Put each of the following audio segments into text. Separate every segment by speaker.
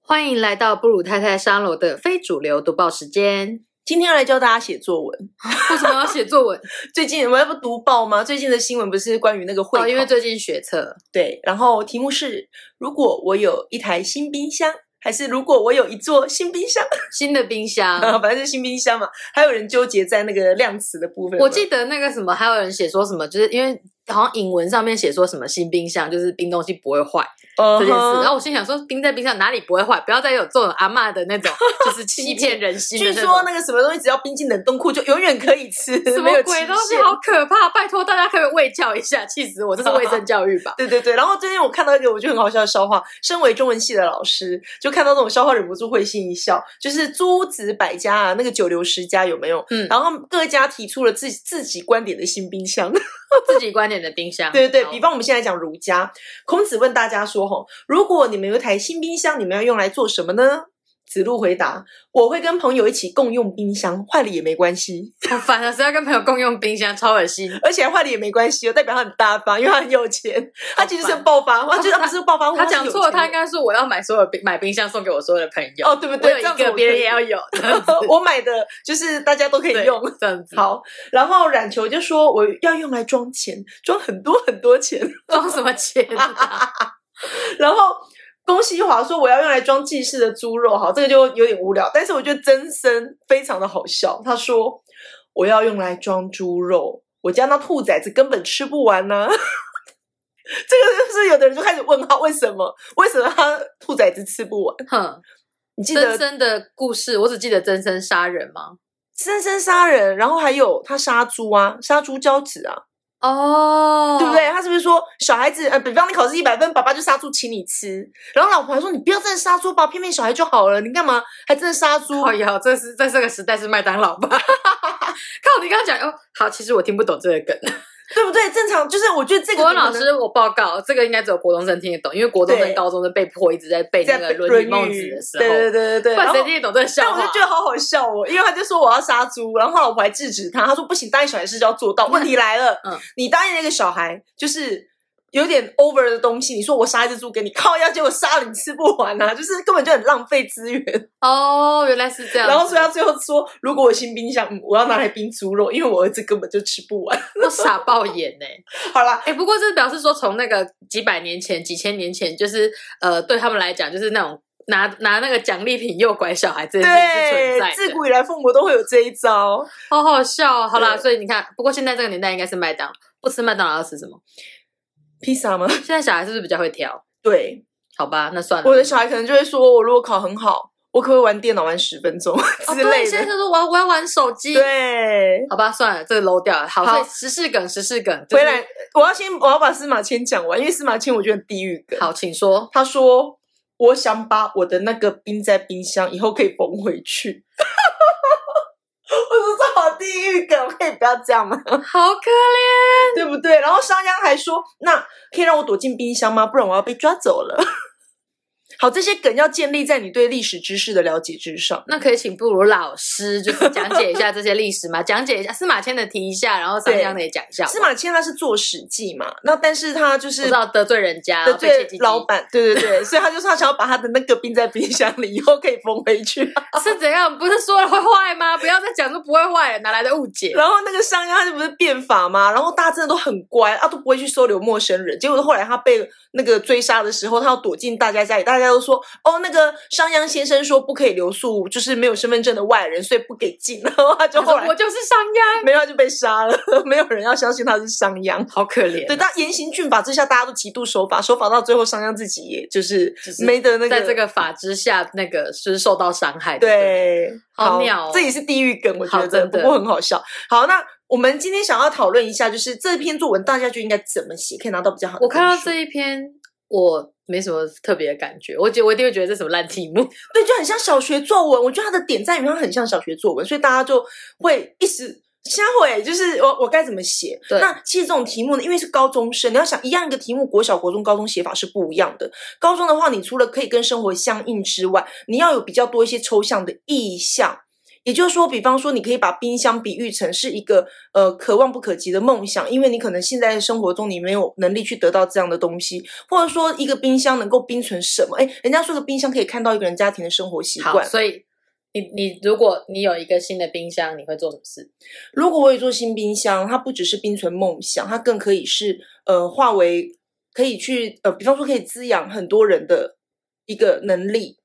Speaker 1: 欢迎来到布鲁太太沙龙的非主流读报时间。
Speaker 2: 今天要来教大家写作文。
Speaker 1: 为什么要写作文？
Speaker 2: 最近我要不读报吗？最近的新闻不是关于那个会 考、
Speaker 1: 哦，因为最近学测，
Speaker 2: 对，然后题目是：如果我有一台新冰箱，还是如果我有一座新冰箱？
Speaker 1: 新的冰箱。
Speaker 2: 啊，反正是新冰箱嘛。还有人纠结在那个量词的部分。
Speaker 1: 我记得那个什么，还有人写说什么，就是因为好像引文上面写说什么新冰箱就是冰东西不会坏
Speaker 2: 这
Speaker 1: 这件事，然后我心想说冰在冰箱哪里不会坏？不要再有这种阿嬷的那 种，就是欺骗人心的那
Speaker 2: 据说
Speaker 1: 种。
Speaker 2: 那个什么东西，只要冰进冷冻库就永远可以吃，
Speaker 1: 什么
Speaker 2: 没有
Speaker 1: 鬼
Speaker 2: 期
Speaker 1: 东西
Speaker 2: 限？
Speaker 1: 好可怕！拜托大家可不可以喂教一下？气死我！这是卫生教育吧
Speaker 2: 对对对，然后最近我看到一个我觉得很好笑的笑话，身为中文系的老师，就看到这种笑话忍不住会心一笑。就是诸子百家啊，那个九流十家有没有？
Speaker 1: 嗯
Speaker 2: 然后各家提出了自己自己观点的新冰箱。
Speaker 1: 自己观点的冰箱。
Speaker 2: 对对对，
Speaker 1: 啊好
Speaker 2: 比方我们现在讲儒家，孔子问大家说：“吼，如果你们有一台新冰箱，你们要用来做什么呢？”子路回答：“我会跟朋友一起共用冰箱，坏了也没关系，
Speaker 1: 好烦啊！谁要跟朋友共用冰箱，超恶心。
Speaker 2: 而且坏了也没关系哦，代表他很大方，因为他很有钱，他其实是
Speaker 1: 好烦
Speaker 2: 暴发户，他就是他不是暴发户，
Speaker 1: 他
Speaker 2: 是
Speaker 1: 讲
Speaker 2: 哦有
Speaker 1: 错了，
Speaker 2: 钱
Speaker 1: 他
Speaker 2: 人
Speaker 1: 应该说我要买所有冰买冰箱送给我所有的朋友。
Speaker 2: 哦，对不
Speaker 1: 我
Speaker 2: 对？
Speaker 1: 有
Speaker 2: 这
Speaker 1: 一
Speaker 2: 样子
Speaker 1: 个，
Speaker 2: 我
Speaker 1: 别人
Speaker 2: 可以
Speaker 1: 也 要有，
Speaker 2: 我买的就是大家都可以
Speaker 1: 对
Speaker 2: 用。
Speaker 1: 这样子。
Speaker 2: 好，然后冉求就说我要用来装钱，装很多很多钱。
Speaker 1: 装什么钱啊？
Speaker 2: 然后宫西华说我要用来装祭祀的猪肉，好，这个就有点无聊。但是我觉得曾参非常的好笑，他说我要用来装猪肉，我家那兔崽子根本吃不完呢、 这个就是有的人就开始问号，为什么？为什么他兔崽子吃不完？
Speaker 1: 哼，
Speaker 2: 你记
Speaker 1: 真
Speaker 2: 得
Speaker 1: 生的故事，我只记得真生杀人吗？
Speaker 2: 真生杀人，然后还有他杀猪啊，杀猪交趾啊，
Speaker 1: 哦，
Speaker 2: 对 不对？？他是不是说小孩子，呃，比方你考试一百分，爸爸就杀猪请你吃，然后老婆还说你不要真的杀猪吧，偏偏小孩就好了，你干嘛还真的杀猪？
Speaker 1: 靠腰，哎这是在这个时代是麦当劳吧？ 靠，你刚刚讲哦，好，其实我听不懂这个梗。
Speaker 2: 对不对？正常就是我觉得这个
Speaker 1: 国文
Speaker 2: 怎么
Speaker 1: 老
Speaker 2: 能
Speaker 1: 师，我报告，这个应该只有国中生听得懂，因为国中生、
Speaker 2: 对
Speaker 1: 高中生被迫一直在背那
Speaker 2: 在
Speaker 1: 个《
Speaker 2: 论
Speaker 1: 论语》《孟子》的时候，
Speaker 2: 对对对对对，
Speaker 1: 不然
Speaker 2: 然
Speaker 1: 谁
Speaker 2: 后
Speaker 1: 听得懂这个笑
Speaker 2: 但我
Speaker 1: 话
Speaker 2: 就？觉得好好笑哦，因为他就说我要杀猪，然后他老婆还制止他，他说不行，答应小孩是就要做到。问题来了，
Speaker 1: 嗯
Speaker 2: 你答应那个小孩就是有点 over 的东西，你说我杀一只猪给你，靠要结果杀了你吃不完啊， 就是根本就很浪费资源。
Speaker 1: 哦，原来是这样子。
Speaker 2: 然后所以他最后说，如果我新冰箱，嗯我要拿来冰猪肉，因为我儿子根本就吃不完。
Speaker 1: 我傻爆眼呢、
Speaker 2: 好啦，
Speaker 1: 哎、不过这表示说，从那个几百年前、几千年前，就是呃，对他们来讲，就是那种拿拿那个奖励品诱拐小孩这件事情是存
Speaker 2: 对
Speaker 1: 在，
Speaker 2: 自
Speaker 1: 的，
Speaker 2: 古以来父母都会有这一招。
Speaker 1: 好好笑、哦。好啦，
Speaker 2: 对
Speaker 1: 所以你看，不过现在这个年代应该是麦当劳，不吃麦当劳要吃什么？
Speaker 2: 披萨吗？
Speaker 1: 现在小孩是不是比较会挑？
Speaker 2: 对，
Speaker 1: 好吧，那算了。
Speaker 2: 我的小孩可能就会说，我如果考很好，我可不可以玩电脑玩十分钟
Speaker 1: 哦，对，
Speaker 2: 之类
Speaker 1: 现在
Speaker 2: 的？
Speaker 1: 就说我要我要玩手机。
Speaker 2: 对，
Speaker 1: 好吧，算了，这个 low 掉了。好，
Speaker 2: 好
Speaker 1: 所以时事梗，时事梗，就是
Speaker 2: 回来我要先我要把司马迁讲完，因为司马迁我觉得很地狱梗。
Speaker 1: 好，请说。
Speaker 2: 他说。我想把我的那个冰在冰箱，以后可以缝回去。 我说这好地狱梗，可以不要这样吗？
Speaker 1: 好可怜，
Speaker 2: 对不对？然后商鞅还说：“那可以让我躲进冰箱吗？不然我要被抓走了。” 好，这些梗要建立在你对历史知识的了解之上。
Speaker 1: 那可以请布鲁老师就是讲解一下这些历史嘛，讲解一下司马迁的提一下，然后商鞅的也讲一下。
Speaker 2: 司马迁他是做《史记》嘛，那但是他就
Speaker 1: 不知
Speaker 2: 是
Speaker 1: 道得罪人家，
Speaker 2: 得
Speaker 1: 被
Speaker 2: 罪
Speaker 1: 啊切鸡鸡
Speaker 2: 老板，对对 对，所以他就说他想要把他的那个冰在冰箱里，以后可以封回去。
Speaker 1: 是怎样？不是说了会坏吗？不要再讲说不会坏了，哪来的误解？
Speaker 2: 然后那个商鞅他就不是变法吗？然后大家真的都很乖啊，都不会去收留陌生人。结果后来他被那个追杀的时候，他要躲进大家家里，大家都说哦，那个商鞅先生说不可以留宿，就是没有身份证的外人，所以不给进。 然后他就
Speaker 1: 他说
Speaker 2: 后来
Speaker 1: 我就是商鞅，
Speaker 2: 没有他就被杀了， 没有人要相信他是商鞅。
Speaker 1: 好可怜
Speaker 2: 对，但严刑峻法之下，大家都极度守法，守法到最后，商鞅自己也就是
Speaker 1: 就是
Speaker 2: 没得那个，
Speaker 1: 在这个法之下，那个是受到伤害的。
Speaker 2: 对，
Speaker 1: 好妙哦
Speaker 2: 这也是地狱梗，我觉
Speaker 1: 好
Speaker 2: 得
Speaker 1: 真的
Speaker 2: 不过很好笑。好，那我们今天想要讨论一下，就是这篇作文大家就应该怎么写，可以拿到比较好的
Speaker 1: 我
Speaker 2: 分数。
Speaker 1: 看到这一篇，我没什么特别的感觉，我觉我一定会觉得这什么烂题目。
Speaker 2: 对，就很像小学作文。我觉得它的点在于它很像小学作文，所以大家就会一时。瞎会就是我我该怎么写？
Speaker 1: 对
Speaker 2: 那其实这种题目呢，因为是高中生，你要想一样一个题目，国小、国中、高中写法是不一样的。高中的话，你除了可以跟生活相应之外，你要有比较多一些抽象的意象，也就是说，比方说，你可以把冰箱比喻成是一个呃可望不可及的梦想，因为你可能现在生活中你没有能力去得到这样的东西，或者说一个冰箱能够冰存什么？哎，人家说的冰箱可以看到一个人家庭的生活习
Speaker 1: 好，
Speaker 2: 惯。
Speaker 1: 所以你你如果你有一个新的冰箱，你会做什么事？
Speaker 2: 如果我有做新冰箱，它不只是冰存梦想，它更可以是呃化为可以去呃，比方说可以滋养很多人的一个能力。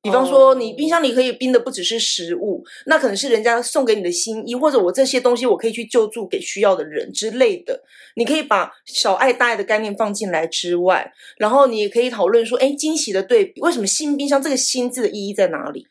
Speaker 2: 比方
Speaker 1: 哦
Speaker 2: 说，你冰箱里可以冰的不只是食物，那可能是人家送给你的心意，或者我这些东西我可以去救助给需要的人之类的。你可以把小爱大爱的概念放进来之外，然后你也可以讨论说，哎，惊喜的对比，为什么新冰箱这个“新”字的意义在哪里？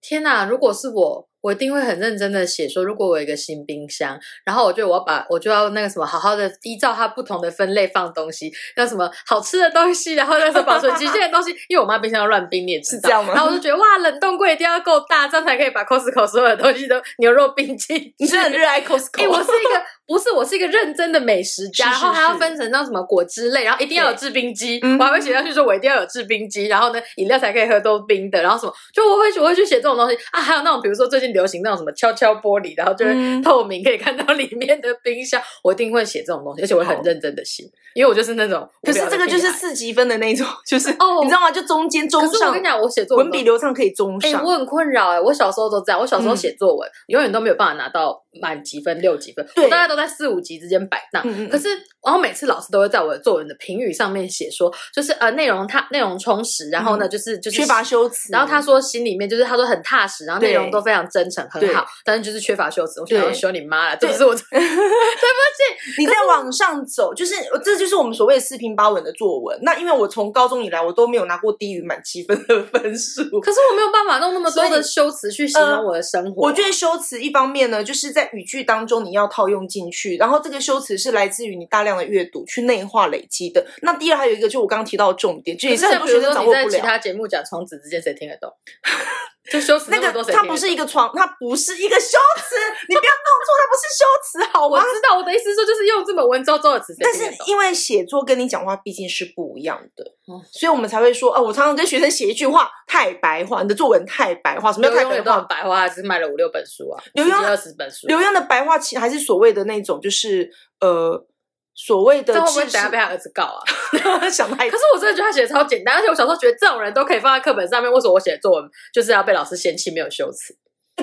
Speaker 1: 天哪！如果是我，我一定会很认真的写说，如果我有一个新冰箱，然后我就我要把我就要那个什么，好好的依照它不同的分类放东西，那什么好吃的东西，然后那什么保存期限的东西，因为我妈冰箱要乱冰，你也知
Speaker 2: 是
Speaker 1: 道
Speaker 2: 这。样吗
Speaker 1: 然后我就觉得哇，冷冻柜一定要够大，这样才可以把 Costco 所有的东西都牛肉冰进去。
Speaker 2: 你真的很热爱 Costco，、
Speaker 1: 哎、我是一个不是我是一个认真的美食家，
Speaker 2: 是是
Speaker 1: 然后还要
Speaker 2: 是
Speaker 1: 分成那种什么果汁类，然后一定要有
Speaker 2: 对
Speaker 1: 制冰机，
Speaker 2: 嗯
Speaker 1: 我还会写上去说我一定要有制冰机，然后呢饮料才可以喝都冰的，然后什么就我会我会去写这种东西啊，还有那种比如说最近流行那种什么敲敲玻璃，然后就会
Speaker 2: 嗯
Speaker 1: 透明可以看到里面的冰箱，我一定会写这种东西，而且我会很
Speaker 2: 好
Speaker 1: 认真的写，因为我就是那种无
Speaker 2: 可是
Speaker 1: 聊的
Speaker 2: 这个就
Speaker 1: 屁
Speaker 2: 是
Speaker 1: 孩
Speaker 2: 四级分的那一种，就是、
Speaker 1: 哦
Speaker 2: 你知道吗？就中间中
Speaker 1: 可是我
Speaker 2: 上
Speaker 1: 跟，你讲，我写作文
Speaker 2: 文
Speaker 1: 都
Speaker 2: 笔流畅可以中
Speaker 1: 哎、
Speaker 2: 上。
Speaker 1: 我很困扰哎、我小时候都这样，我小时候
Speaker 2: 嗯
Speaker 1: 写作文、永远都没有办法拿到满几分、六几分，
Speaker 2: 对
Speaker 1: 我大概都在四五级之间摆荡。
Speaker 2: 嗯嗯嗯
Speaker 1: 可是，然后每次老师都会在我的作文的评语上面写说，就是呃内容它内容充实，然后呢、就是就是
Speaker 2: 嗯缺乏。修辞，
Speaker 1: 然后他说心里面就是他说很踏实，然后内容
Speaker 2: 对
Speaker 1: 都非常真诚，很
Speaker 2: 对
Speaker 1: 好，但是就是缺乏修辞。我想要
Speaker 2: 对
Speaker 1: 修你妈了，这不
Speaker 2: 对
Speaker 1: 是我
Speaker 2: 你再往上走，就是这就是我们所谓的四平八稳的作文。那因为我从高中以来，我都没有拿过低于满七分的分数。
Speaker 1: 可是我没有办法弄那么多
Speaker 2: 所以
Speaker 1: 的修辞去形容
Speaker 2: 呃
Speaker 1: 我的生活。
Speaker 2: 我觉得修辞一方面呢，就是在语句当中你要套用进去，然后这个修辞是来自于你大量的阅读去内化累积的。那第二还有一个，就我刚刚提到的重点，就也
Speaker 1: 可
Speaker 2: 是
Speaker 1: 是像
Speaker 2: 很多
Speaker 1: 比如
Speaker 2: 学
Speaker 1: 说
Speaker 2: 生掌
Speaker 1: 你
Speaker 2: 握
Speaker 1: 在
Speaker 2: 不
Speaker 1: 其
Speaker 2: 了。
Speaker 1: 他节目讲虫子之间，谁听得懂？ 就修辞
Speaker 2: 那
Speaker 1: 么
Speaker 2: 个
Speaker 1: 多，谁听得
Speaker 2: 它
Speaker 1: 懂？
Speaker 2: 不是一个床，它不是一个修辞， 你不要弄错，它不是修辞，好
Speaker 1: 我
Speaker 2: 吗？
Speaker 1: 知道我的意思是说，就是用这么文绉绉的词，
Speaker 2: 但是因为写作跟你讲话毕竟是不一样的，
Speaker 1: 哦
Speaker 2: 所以我们才会说哦，我常常跟学生写一句话太白话，你的作文太白话，什么
Speaker 1: 刘
Speaker 2: 叫太
Speaker 1: 墉也
Speaker 2: 白
Speaker 1: 都很
Speaker 2: 话？
Speaker 1: 白话，还是卖了五六本书啊，
Speaker 2: 刘墉
Speaker 1: 二十本书。
Speaker 2: 刘墉的白话其还是所谓的那种，就是呃所谓的
Speaker 1: 这会不会
Speaker 2: 知
Speaker 1: 等下被
Speaker 2: 识，
Speaker 1: 他儿子告啊？
Speaker 2: 想太
Speaker 1: 可是我真的觉得他写的超简单，而且我小时候觉得这种人都可以放在课本上面，为什么我写的作文就是要被老师嫌弃没有修辞？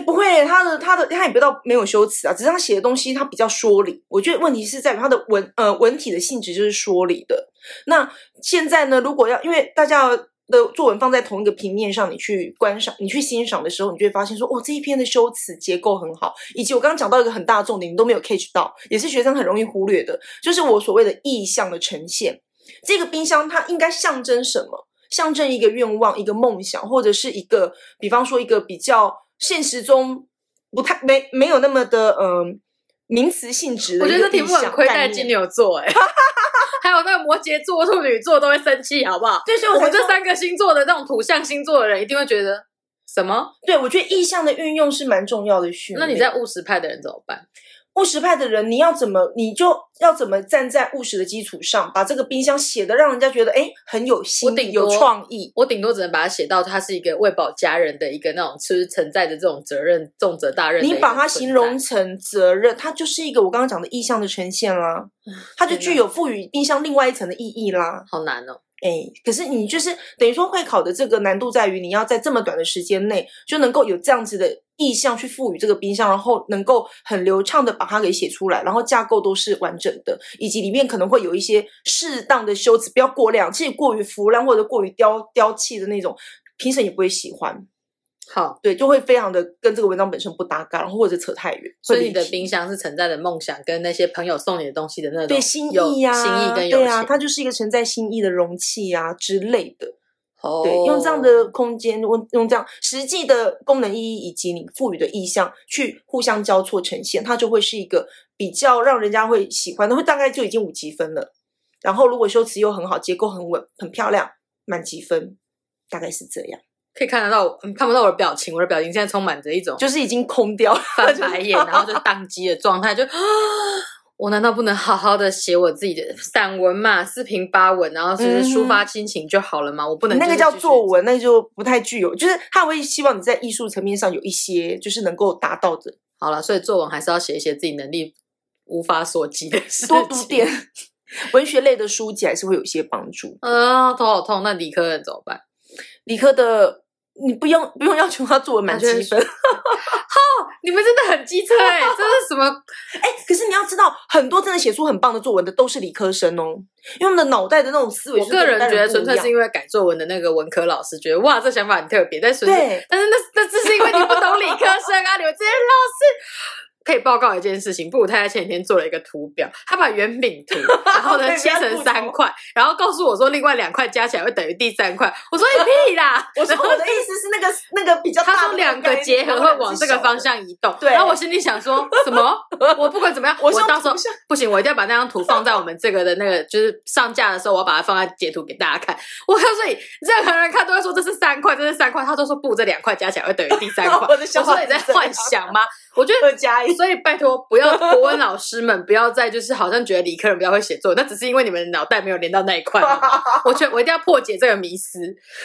Speaker 2: 不会，他的他的他也不到没有修辞啊，只是他写的东西他比较说理。我觉得问题是在于他的文呃文体的性质就是说理的。那现在呢，如果要因为大家的作文放在同一个平面上，你去观赏、你去欣赏的时候，你就会发现说，哦，这一篇的修辞结构很好，以及我刚刚讲到一个很大的重点，你都没有 catch 到，也是学生很容易忽略的，就是我所谓的意象的呈现。这个冰箱它应该象征什么？象征一个愿望、一个梦想，或者是一个，比方说一个比较现实中不太没没有那么的嗯、呃名词性质的
Speaker 1: 我
Speaker 2: 一
Speaker 1: 觉
Speaker 2: 个
Speaker 1: 得
Speaker 2: 意象。
Speaker 1: 这题目很亏待金牛座哎、 还有那个摩羯座、处女座都会生气，好不好？
Speaker 2: 对，所以
Speaker 1: 我
Speaker 2: 我才
Speaker 1: 们这
Speaker 2: 说
Speaker 1: 三个星座的那种土象星座的人一定会觉得什么？
Speaker 2: 对，我觉得意象的运用是蛮重要的训
Speaker 1: 那
Speaker 2: 练。
Speaker 1: 你在务实派的人怎么办？
Speaker 2: 务实派的人，你要怎么，你就要怎么站在务实的基础上，把这个冰箱写的让人家觉得，哎，很有
Speaker 1: 我
Speaker 2: 新
Speaker 1: 顶
Speaker 2: 意、
Speaker 1: 多
Speaker 2: 有创意。
Speaker 1: 我顶多只能把它写到它是一个为保家人的一个那种，就是存在的这种责任、重责大任的一
Speaker 2: 你
Speaker 1: 个存在。
Speaker 2: 把它形容成责任，它就是一个我刚刚讲的意象的呈现啦，它就
Speaker 1: 天
Speaker 2: 具有赋予冰箱另外一层的意义啦。
Speaker 1: 好难哦，
Speaker 2: 哎，可是你就是等于说会考的这个难度在于，你要在这么短的时间内就能够有这样子的意向去赋予这个冰箱，然后能够很流畅的把它给写出来，然后架构都是完整的，以及里面可能会有一些适当的修辞，不要过量，其实过于腐烂或者过于雕雕砌的那种，评审也不会喜欢，
Speaker 1: 好。
Speaker 2: 对，就会非常的跟这个文章本身不搭嘎，然后或者扯太远，
Speaker 1: 所
Speaker 2: 会
Speaker 1: 以你的
Speaker 2: 离题
Speaker 1: 冰箱是承载着梦想跟那些朋友送你的东西的那种
Speaker 2: 对心
Speaker 1: 有
Speaker 2: 意呀、
Speaker 1: 心意跟友
Speaker 2: 对
Speaker 1: 情。
Speaker 2: 啊，它就是一个承载心意的容器呀、之类的。
Speaker 1: 哦
Speaker 2: 对，用这样的空间，用用这样实际的功能意义以及你赋予的意象去互相交错呈现，它就会是一个比较让人家会喜欢的，会大概就已经五积分了。然后如果修辞又很好，结构很稳，很漂亮，满积分，大概是这样，
Speaker 1: 可以看得到我，嗯看不到我的表情，我的表情现在充满着一种
Speaker 2: 就是已经空掉了，
Speaker 1: 翻白眼，然后就宕机的状态，就啊我难道不能好好的写我自己的散文嘛，四平八稳，然后就是抒发心情就好了嘛？我不能
Speaker 2: 嗯 那
Speaker 1: 就
Speaker 2: 个
Speaker 1: 是
Speaker 2: 叫
Speaker 1: 继续
Speaker 2: 作文，那个就不太具有，就是他会希望你在艺术层面上有一些，就是能够达到的，
Speaker 1: 好了，所以作文还是要写一些自己能力无法所及的事情。
Speaker 2: 多读点 文学类的书籍还是会有一些帮助。
Speaker 1: 啊，头好痛。那理科人怎么办？
Speaker 2: 理科的你不用不用要求他作文满
Speaker 1: 感觉
Speaker 2: 积分，
Speaker 1: 你们真的很机车哎、这是 什么？
Speaker 2: 可是你要知道，很多真的写出很棒的作文的都是理科生哦，因为他们的脑袋的那种思维
Speaker 1: 我
Speaker 2: 就是
Speaker 1: 个
Speaker 2: 跟
Speaker 1: 人
Speaker 2: 一般
Speaker 1: 觉得纯粹
Speaker 2: 不
Speaker 1: 是
Speaker 2: 一样
Speaker 1: 因为改作文的那个文科老师觉得哇，这想法很特别，但纯粹，
Speaker 2: 对，
Speaker 1: 但是那那只是因为你不懂理科生啊，你们这些老师。可以报告一件事情，布鲁太太前几天做了一个图表，他把圆饼图，然后呢
Speaker 2: 对
Speaker 1: 切
Speaker 2: 不要吐
Speaker 1: 成
Speaker 2: 槽
Speaker 1: 三块，然后告诉我说另外两块加起来会等于第三块，我说你屁啦！
Speaker 2: 我说我的意思是那个那个比较大
Speaker 1: 他
Speaker 2: 的
Speaker 1: 说两个结合会往这个方。向移动，
Speaker 2: 对
Speaker 1: 然后我心里想说什 么？我不管怎么样，我
Speaker 2: 我是用
Speaker 1: 到时候
Speaker 2: 图像
Speaker 1: 不行，我一定要把那张图放在我们这个的那个，就是上架的时候，我要把它放在截图给大家看。我告诉你，任何人看都会说这是三块，这是三块，他都说不，这两块加起来会等于第三块。
Speaker 2: 我的想法
Speaker 1: 说你在幻想吗？我觉得。
Speaker 2: 二加一，
Speaker 1: 所以拜托，不要国文老师们不要再就是好像觉得理科人比较会写作文，那只是因为你们脑袋没有连到那一块好吗。我觉得我一定要破解这个迷思。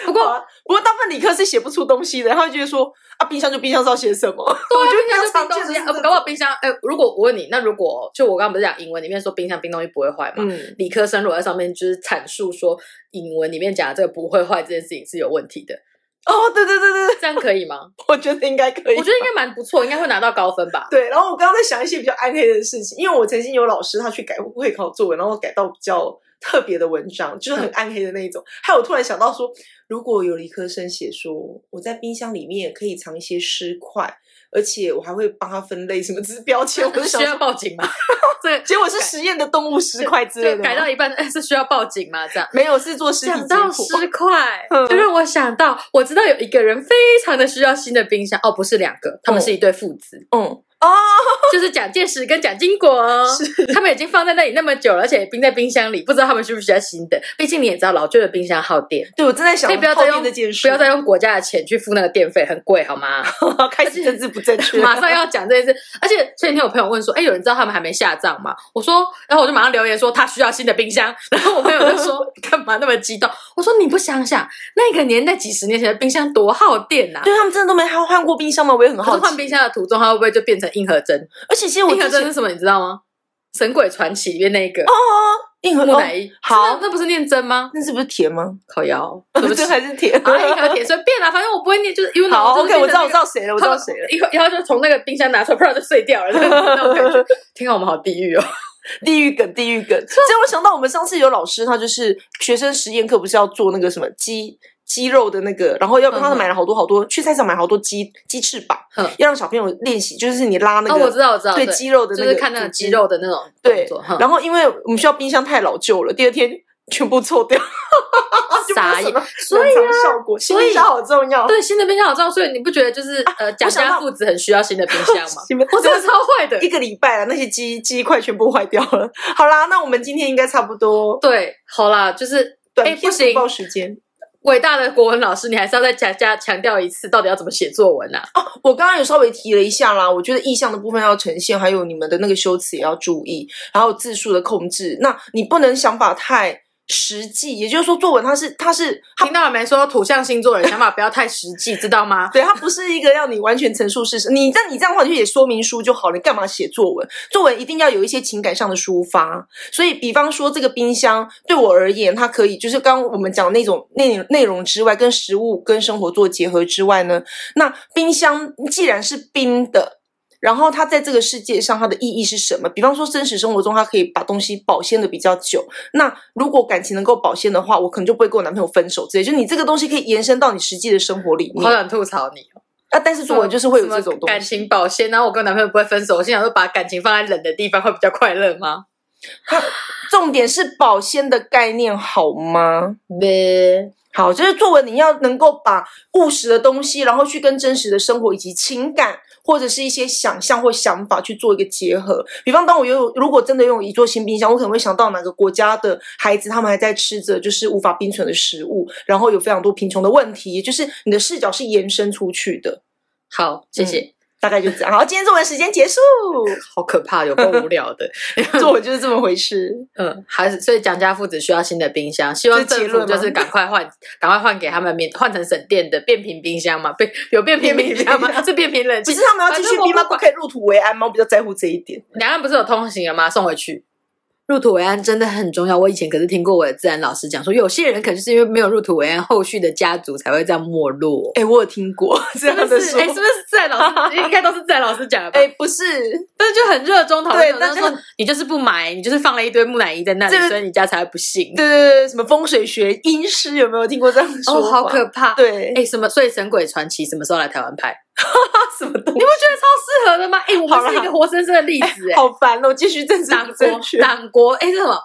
Speaker 1: 不过
Speaker 2: 不过大部分理科是写不出东西的，他会觉得说啊，冰箱就冰箱，是要写什么？
Speaker 1: 对啊，
Speaker 2: 我觉得
Speaker 1: 冰箱就
Speaker 2: 比较
Speaker 1: 冰
Speaker 2: 常
Speaker 1: 东
Speaker 2: 见的
Speaker 1: 西，
Speaker 2: 是
Speaker 1: 呃，
Speaker 2: 这
Speaker 1: 搞不好冰箱，哎、如果我问你，那如果就我刚刚不是讲引文里面说冰箱冰东西不会坏嘛？
Speaker 2: 嗯，
Speaker 1: 理科生如果在上面就是阐述说引文里面讲的这个不会坏这件事情是有问题的，
Speaker 2: 哦，对对对对，对
Speaker 1: 这样可以吗？
Speaker 2: 我觉得应该可以。
Speaker 1: 我觉得应该蛮不错，应该会拿到高分吧。
Speaker 2: 对，然后我刚刚在想一些比较暗黑的事情，因为我曾经有老师他去改会考作文，然后改到比较特别的文章，就是
Speaker 1: 嗯
Speaker 2: 很暗黑的那一种。还有突然想到说，如果有理科生写说我在冰箱里面可以藏一些尸块，而且我还会帮他分类什么只标 签，我 就想
Speaker 1: 需要
Speaker 2: 说，
Speaker 1: 报警吗？这
Speaker 2: 结果是实验的动物尸块之类
Speaker 1: 对
Speaker 2: 的
Speaker 1: 改到
Speaker 2: 吗
Speaker 1: 一半， 哎，是需要报警吗？这样。
Speaker 2: 没有，是做尸体
Speaker 1: 讲到
Speaker 2: 解
Speaker 1: 尸块
Speaker 2: 嗯，
Speaker 1: 就让我想到，我知道有一个人非常的需要新的冰箱，哦，不是两个，他们
Speaker 2: 哦
Speaker 1: 是一对父子，
Speaker 2: 剖嗯哦，
Speaker 1: 就是蒋介石跟蒋经国，哦他们已经放在那里那么久了，而且冰在冰箱里，不知道他们需不需要新的。毕竟你也知道，老旧的冰箱耗电，
Speaker 2: 对我正在想
Speaker 1: 可以不要再
Speaker 2: 后
Speaker 1: 用
Speaker 2: 面这件
Speaker 1: 不
Speaker 2: 事，
Speaker 1: 要再用国家的钱去付那个电费，很贵好吗？
Speaker 2: 开始政治不正确，
Speaker 1: 马上要讲这件事，而且前几天有朋友问说，哎，有人知道他们还没下葬吗？我说，然后我就马上留言说他需要新的冰箱， 然后我朋友就说干嘛那么激动？我说你不想想那个年代几十年前的冰箱多耗电呐、啊！
Speaker 2: 对他们真的都没换换过冰箱吗？我也很
Speaker 1: 可
Speaker 2: 好
Speaker 1: 是换
Speaker 2: 奇。
Speaker 1: 冰箱的途中，它会不会就变成硬核针？
Speaker 2: 而且其实我
Speaker 1: 硬
Speaker 2: 之
Speaker 1: 核针
Speaker 2: 前
Speaker 1: 是什么？你知道吗？《神鬼传奇》里面那一个
Speaker 2: 硬核
Speaker 1: 木
Speaker 2: 哦
Speaker 1: 乃伊。
Speaker 2: 好
Speaker 1: 是吗那不是念真吗？
Speaker 2: 那是不是甜吗？
Speaker 1: 烤窑， 对不起
Speaker 2: 这。还是甜。
Speaker 1: 啊，一盒铁随便啦，反正我不会念，就是因为
Speaker 2: 好，OK，我知道，我知道谁了，我
Speaker 1: 我
Speaker 2: 知道谁了。
Speaker 1: 一会然后就从那个冰箱拿出来，不然就碎掉了，这样 子那种感觉。听到我们好地狱哦，
Speaker 2: 地狱梗，地狱梗。这让我想到我们上次有老师，他就是学生实验课，不是要做那个什么鸡鸡肉的那个，然后要
Speaker 1: 嗯
Speaker 2: 他买了好多好多，去菜市场买好多鸡鸡翅膀
Speaker 1: 嗯，
Speaker 2: 要让小朋友练习，就是你拉 那
Speaker 1: 哦，我知
Speaker 2: 个
Speaker 1: 道，我知道，
Speaker 2: 对
Speaker 1: 对，
Speaker 2: 鸡肉的
Speaker 1: 就
Speaker 2: 那
Speaker 1: 是
Speaker 2: 个
Speaker 1: 看那个
Speaker 2: 组织
Speaker 1: 肌肉的那种
Speaker 2: 对
Speaker 1: 动作，哼。
Speaker 2: 然后因为我们学校冰箱太老旧了，第二天全部臭掉，就没有
Speaker 1: 傻
Speaker 2: 什
Speaker 1: 眼
Speaker 2: 么
Speaker 1: 所以啊
Speaker 2: 冷藏效果，新
Speaker 1: 所以
Speaker 2: 冰箱好重要。
Speaker 1: 对新的冰箱好重要，所以你不觉得就是呃，蒋
Speaker 2: 啊想
Speaker 1: 家
Speaker 2: 到
Speaker 1: 父子很需要新的冰箱
Speaker 2: ？
Speaker 1: 吗
Speaker 2: 你们
Speaker 1: 我真的超坏 的
Speaker 2: 一，个礼拜了，那些鸡鸡块全部坏掉了。 好啦，那我们今天应该差不多
Speaker 1: 对，好啦，就是
Speaker 2: 短
Speaker 1: 哎
Speaker 2: 篇
Speaker 1: 不行
Speaker 2: 读报时间。
Speaker 1: 伟大的国文老师，你还是要再强加强调一次，到底要怎么写作文啊？
Speaker 2: 我刚刚有稍微提了一下啦，我觉得意象的部分要呈现，还有你们的那个修辞也要注意，还有字数的控制。那你不能想法太实际，也就是说，作文它是它是它
Speaker 1: 听到了没说？土象星座人想法不要太实际， 知道吗？
Speaker 2: 对，它不是一个让你完全陈述事实。你但你这样的话，你就写说明书就好了，你干嘛写作文？作文一定要有一些情感上的抒发。所以，比方说这个冰箱对我而言，它可以就是刚刚我们讲的那种内内容之外，跟食物跟生活做结合之外呢，那冰箱既然是冰的。然后它在这个世界上它的意义是什么？比方说，真实生活中它可以把东西保鲜的比较久。那如果感情能够保鲜的话，我可能就不会跟我男朋友分手之类。就你这个东西可以延伸到你实际的生活里面。
Speaker 1: 好想吐槽你，
Speaker 2: 啊，但是作文就是会有
Speaker 1: 嗯什么
Speaker 2: 这种东
Speaker 1: 感
Speaker 2: 西，
Speaker 1: 情保鲜，然后我跟我男朋友不会分手，我心想说把感情放在冷的地方会比较快乐吗？
Speaker 2: 重点是保鲜的概念好吗？
Speaker 1: 呗，
Speaker 2: 好，就是作文你要能够把务实的东西，然后去跟真实的生活以及情感或者是一些想象或想法去做一个结合。比方，当我拥有如果真的拥有一座新冰箱，我可能会想到哪个国家的孩子他们还在吃着就是无法冰存的食物，然后有非常多贫穷的问题，就是你的视角是延伸出去的。
Speaker 1: 好，谢谢。
Speaker 2: 大概就这样。好，今天作文时间结束。
Speaker 1: 嗯 好可怕，有够无聊的。
Speaker 2: 作文就是这么回事。
Speaker 1: 嗯，还是所以蒋家父子需要新的冰箱，希望
Speaker 2: 这
Speaker 1: 政
Speaker 2: 结
Speaker 1: 府
Speaker 2: 论吗
Speaker 1: 就是赶快换，赶快换给他们免换成省电的变频冰箱嘛？变有变频
Speaker 2: 变频
Speaker 1: 冰箱
Speaker 2: 冰
Speaker 1: 吗？
Speaker 2: 箱
Speaker 1: 是变频冷
Speaker 2: 只
Speaker 1: 气
Speaker 2: 是？他们要继续
Speaker 1: 反正我
Speaker 2: 逼吗？
Speaker 1: 不
Speaker 2: 不
Speaker 1: 管
Speaker 2: 可以入土为安吗？我比较在乎这一点。
Speaker 1: 两岸不是有通行了吗？送回去。入土为安真的很重要。我以前可是听过我的自然老师讲说，有些人可能是因为没有入土为安，后续的家族才会这样没落。
Speaker 2: 哎、我有听 过这样
Speaker 1: 真
Speaker 2: 的
Speaker 1: 的是，
Speaker 2: 说
Speaker 1: 哎、。是不是自然老 师？应该都是自然老师讲的吧？
Speaker 2: 哎、不是，
Speaker 1: 但是就很热衷讨论，
Speaker 2: 对
Speaker 1: 但
Speaker 2: 但
Speaker 1: 说你就是不买，你就是放了一堆木乃伊在那
Speaker 2: 这
Speaker 1: 里，
Speaker 2: 个
Speaker 1: 所以你家才会不幸。
Speaker 2: 对对对，什么风水学、阴师有没有听过这样的说
Speaker 1: 哦，
Speaker 2: 法？
Speaker 1: 好可怕！，
Speaker 2: 对，
Speaker 1: 哎、什么？所以《神鬼传奇》什么时候来台湾拍？
Speaker 2: 什么
Speaker 1: 你
Speaker 2: 东啊
Speaker 1: 不觉得超适合的吗？哎、我
Speaker 2: 好
Speaker 1: 们
Speaker 2: 啦
Speaker 1: 是一个活生生的例子、
Speaker 2: 西？
Speaker 1: 哎、
Speaker 2: 好烦哦！继续政治
Speaker 1: 党
Speaker 2: 不
Speaker 1: 国
Speaker 2: 正确，
Speaker 1: 党国，哎、是什么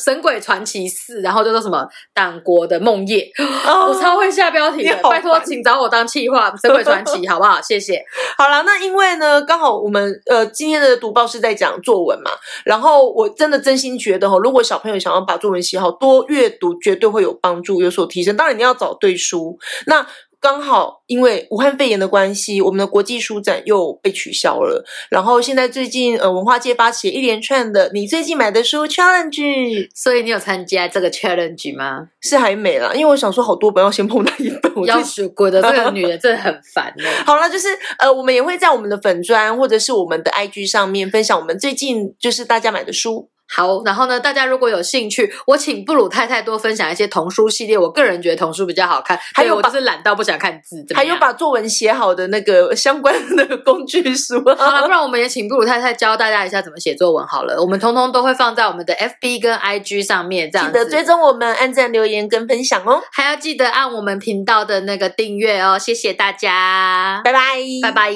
Speaker 1: 《神鬼传奇四》，然后就说什么党国的梦夜，
Speaker 2: 哦
Speaker 1: 我超会下标题的
Speaker 2: 你，好
Speaker 1: 拜托，
Speaker 2: 烦
Speaker 1: 请找我当企 划《神鬼传奇》，好不好？谢谢。
Speaker 2: 好啦，那因为呢，刚好我们呃今天的读报是在讲作文嘛，然后我真的真心觉得哈，如果小朋友想要把作文写好，多阅读绝对会有帮助，有所提升。当然你要找对书，那。刚好因为武汉肺炎的关系，我们的国际书展又被取消了。然后现在最近呃文化界发起了一连串的你最近买的书 challenge
Speaker 1: 所以你有参加这个 challenge 吗？
Speaker 2: 是还没啦，因为我想说好多本要先碰到一本，我就
Speaker 1: 要死鬼的这个女人真的很烦哎、
Speaker 2: 好了，就是呃，我们也会在我们的粉砖或者是我们的 IG 上面分享我们最近就是大家买的书。
Speaker 1: 好，然后呢，大家如果有兴趣，我请布鲁太太多分享一些童书系列。我个人觉得童书比较好看，
Speaker 2: 还有
Speaker 1: 对我
Speaker 2: 把
Speaker 1: 就是懒到不想看字，怎么
Speaker 2: 还有
Speaker 1: 样
Speaker 2: 把作文写好的那个相关的工具书
Speaker 1: 好了，
Speaker 2: 啊，
Speaker 1: 不然我们也请布鲁太太教大家一下怎么写作文好了。我们通通都会放在我们的 FB 跟 IG 上面，这样
Speaker 2: 记得
Speaker 1: 子。
Speaker 2: 追踪我们、按赞、留言跟分享哦，
Speaker 1: 还要记得按我们频道的那个订阅哦，谢谢大家，
Speaker 2: 拜拜，
Speaker 1: 拜拜。